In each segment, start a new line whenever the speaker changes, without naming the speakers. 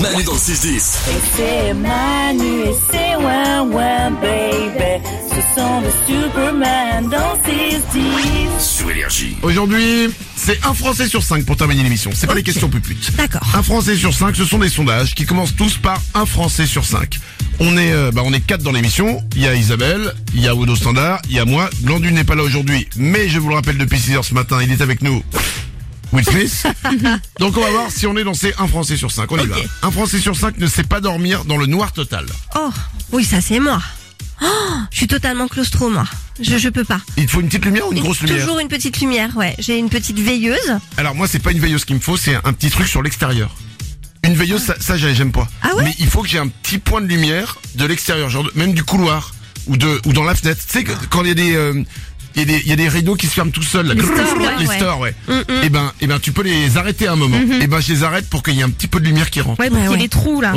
Manu dans le 6-10.
C'est Manu et c'est Ouin-Ouin, baby. Ce sont de Superman dans ses styles.
Sur Énergie.
Aujourd'hui, c'est un Français sur cinq pour terminer l'émission. C'est pas les questions puputes.
D'accord.
Un Français sur cinq, ce sont des sondages qui commencent tous par un Français sur cinq. On est, euh, bah, on est quatre dans l'émission. Il y a Isabelle, il y a Odo Standard, il y a moi. Glandu n'est pas là aujourd'hui, mais je vous le rappelle depuis 6 heures ce matin, il est avec nous. Will Smith. Donc on va voir si on est dans ces un Français sur cinq. On y va. Un Français sur cinq ne sait pas dormir dans le noir total.
Oh, oui, ça c'est moi. Oh, je suis totalement claustro, moi. Je, je peux pas.
Il te faut une petite lumière ou une
Et
grosse lumière
Toujours une petite lumière, ouais. J'ai une petite veilleuse.
Alors moi c'est pas une veilleuse qu'il me faut, c'est un petit truc sur l'extérieur. Une veilleuse, ça, ça, j'ai- j'aime pas.
Ah ouais
Mais il faut que j'ai un petit point de lumière de l'extérieur, genre de- même du couloir ou de ou dans la fenêtre. Tu sais que quand il y a des euh, il y, a des- il y a des rideaux qui se ferment tout seuls, là.
Les stores, ouais,
les
ouais. Mm, Mm-hmm.
stores, ouais. Et ben, et ben, tu peux les arrêter à un moment. Et ben, je les arrête pour qu'il y ait un petit peu de lumière qui rentre.
Ouais, pour
ouais.
qu'il y ait des trous, là.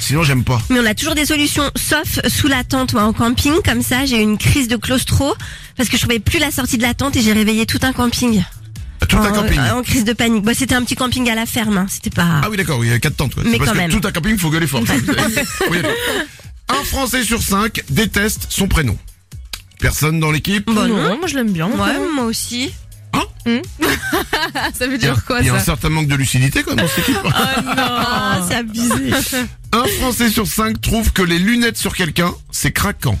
Sinon, j'aime pas.
Mais on a toujours des solutions, sauf sous la tente, moi, en camping. Comme ça, j'ai eu une crise de claustro parce que je trouvais plus la sortie de la tente et j'ai réveillé tout un camping.
Tout
en,
un camping.
En crise de panique. Bah, c'était un petit camping à la ferme, hein. C'était pas...
Ah oui, d'accord, oui, il y a quatre tentes. Quoi. C'est
Mais
parce
quand
que
même.
tout un camping, faut gueuler fort. Oui, d'accord. un Français sur cinq déteste son prénom. Personne dans l'équipe.
Bah, non.
moi je l'aime bien.
Ouais, moi aussi.
Ah, Ça veut
Il y a-
dire quoi
il y a un
ça
certain manque de lucidité quand même dans cette équipe.
Ah, c'est abusé.
un Français sur cinq trouve que les lunettes sur quelqu'un, c'est craquant.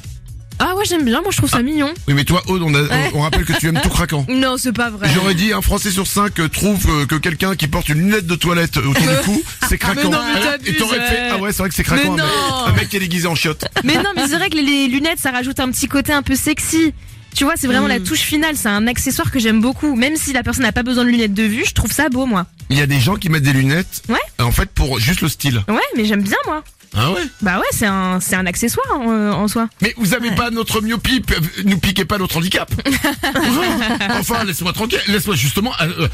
Ah ouais j'aime bien, moi je trouve ça mignon.
Oui, mais toi, Aude, on, a- on rappelle que tu aimes tout craquant.
Non c'est pas vrai.
J'aurais dit un Français sur cinq euh, trouve euh, que quelqu'un qui porte une lunette de toilette euh, autour du cou, c'est craquant.
non, mais
Ah, Et
t'abuses,
t'aurais fait
ouais.
ah ouais, c'est vrai que c'est
Mais
craquant. un mec.
non.
Un mec qui est déguisé en chiotte.
Mais non mais c'est vrai que les, les lunettes ça rajoute un petit côté un peu sexy. Tu vois, c'est vraiment la touche finale, c'est un accessoire que j'aime beaucoup. Même si la personne n'a pas besoin de lunettes de vue, je trouve ça beau moi.
Il y a des gens qui mettent des lunettes.
Ouais.
En fait, pour juste le style.
Ouais, mais j'aime bien moi.
Ah ouais.
Bah ouais, c'est un, c'est un accessoire en, euh, en soi.
Mais vous avez pas notre myopie, p- euh, nous piquez pas notre handicap. Vraiment. enfin, laisse-moi tranquille, laisse-moi justement à, euh,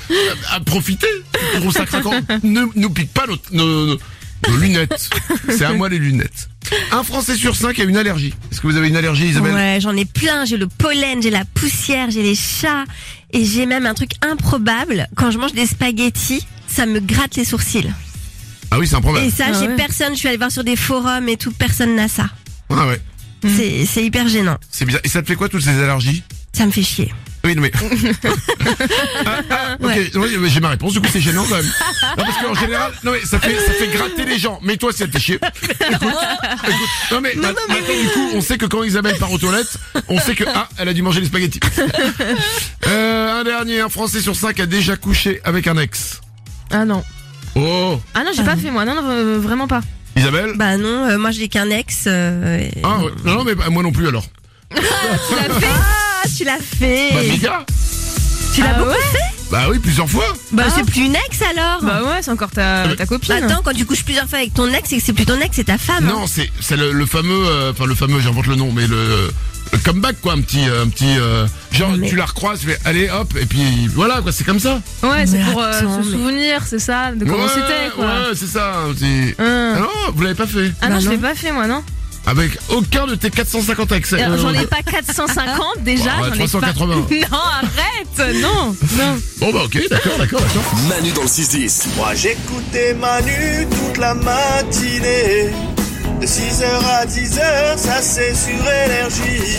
à- à profiter. Je trouve ça craquant. Ne nous pique pas notre, nos, nos- nos lunettes. C'est à moi les lunettes. Un Français sur cinq a une allergie. Est-ce que vous avez une allergie, Isabelle
Ouais, j'en ai plein. J'ai le pollen, j'ai la poussière, j'ai les chats. Et j'ai même un truc improbable. Quand je mange des spaghettis, ça me gratte les sourcils.
Ah oui, c'est un
Et
problème.
ça,
Ah
j'ai
ouais.
personne. Je suis allée voir sur des forums et tout. Personne n'a ça.
Ah ouais,
C'est- C'est hyper gênant.
c'est bizarre. Et ça te fait quoi toutes ces allergies
Ça me fait chier.
Oui, non, mais. Ah, ah, ok,
Ouais.
oui, mais j'ai ma réponse, du coup, c'est gênant quand même. Non, parce qu'en général, non, mais ça fait, ça fait gratter les gens. Mais toi, ça te fait chier. Écoute, écoute, non, mais, ma- maintenant, du coup, on sait que quand Isabelle part aux toilettes, on sait que, ah, elle a dû manger les spaghettis. Euh, un dernier, un Français sur cinq a déjà couché avec un ex.
Ah non.
Oh,
Ah non, j'ai pas fait moi. Non, non, euh, vraiment pas.
Isabelle
Bah non, euh, moi j'ai qu'un ex. euh, et-
Ah, ouais. non, non, mais bah, moi non plus alors.
Ah, tu l'as fait.
Bah, méga
tu l'as
Ah
beaucoup
ouais
fait.
Bah oui, plusieurs fois
Bah c'est plus une ex alors.
Bah ouais, c'est encore
Euh,
ta, ta
Bah,
copine.
attends, quand tu couches plusieurs fois avec ton ex, c'est que c'est plus ton ex, c'est ta femme. hein.
Non, c'est c'est le, le fameux, euh, enfin le fameux, j'invente le nom, mais le, le comeback quoi, un petit, un petit, euh, genre
Mais-
tu la recroises, tu fais allez hop et puis voilà quoi, c'est comme ça.
Ouais, c'est
Mais
pour euh,
attends,
se
mais-
souvenir, c'est ça, de comment
ouais,
c'était quoi.
Ouais, c'est ça. un petit-
Hein.
Ah non, vous l'avez pas fait
Ah non,
Bah
je l'ai
non.
pas fait moi, non
avec aucun de tes 450 accès.
Euh, J'en ai pas 450 déjà.
Ouais,
j'en ai
380.
Pas... Non, arrête Non, non.
Bon bah ok, d'accord, d'accord, d'accord.
Manu dans le 6-10.
Moi j'écoutais Manu toute la matinée. De 6h à 10h, ça c'est sur énergie.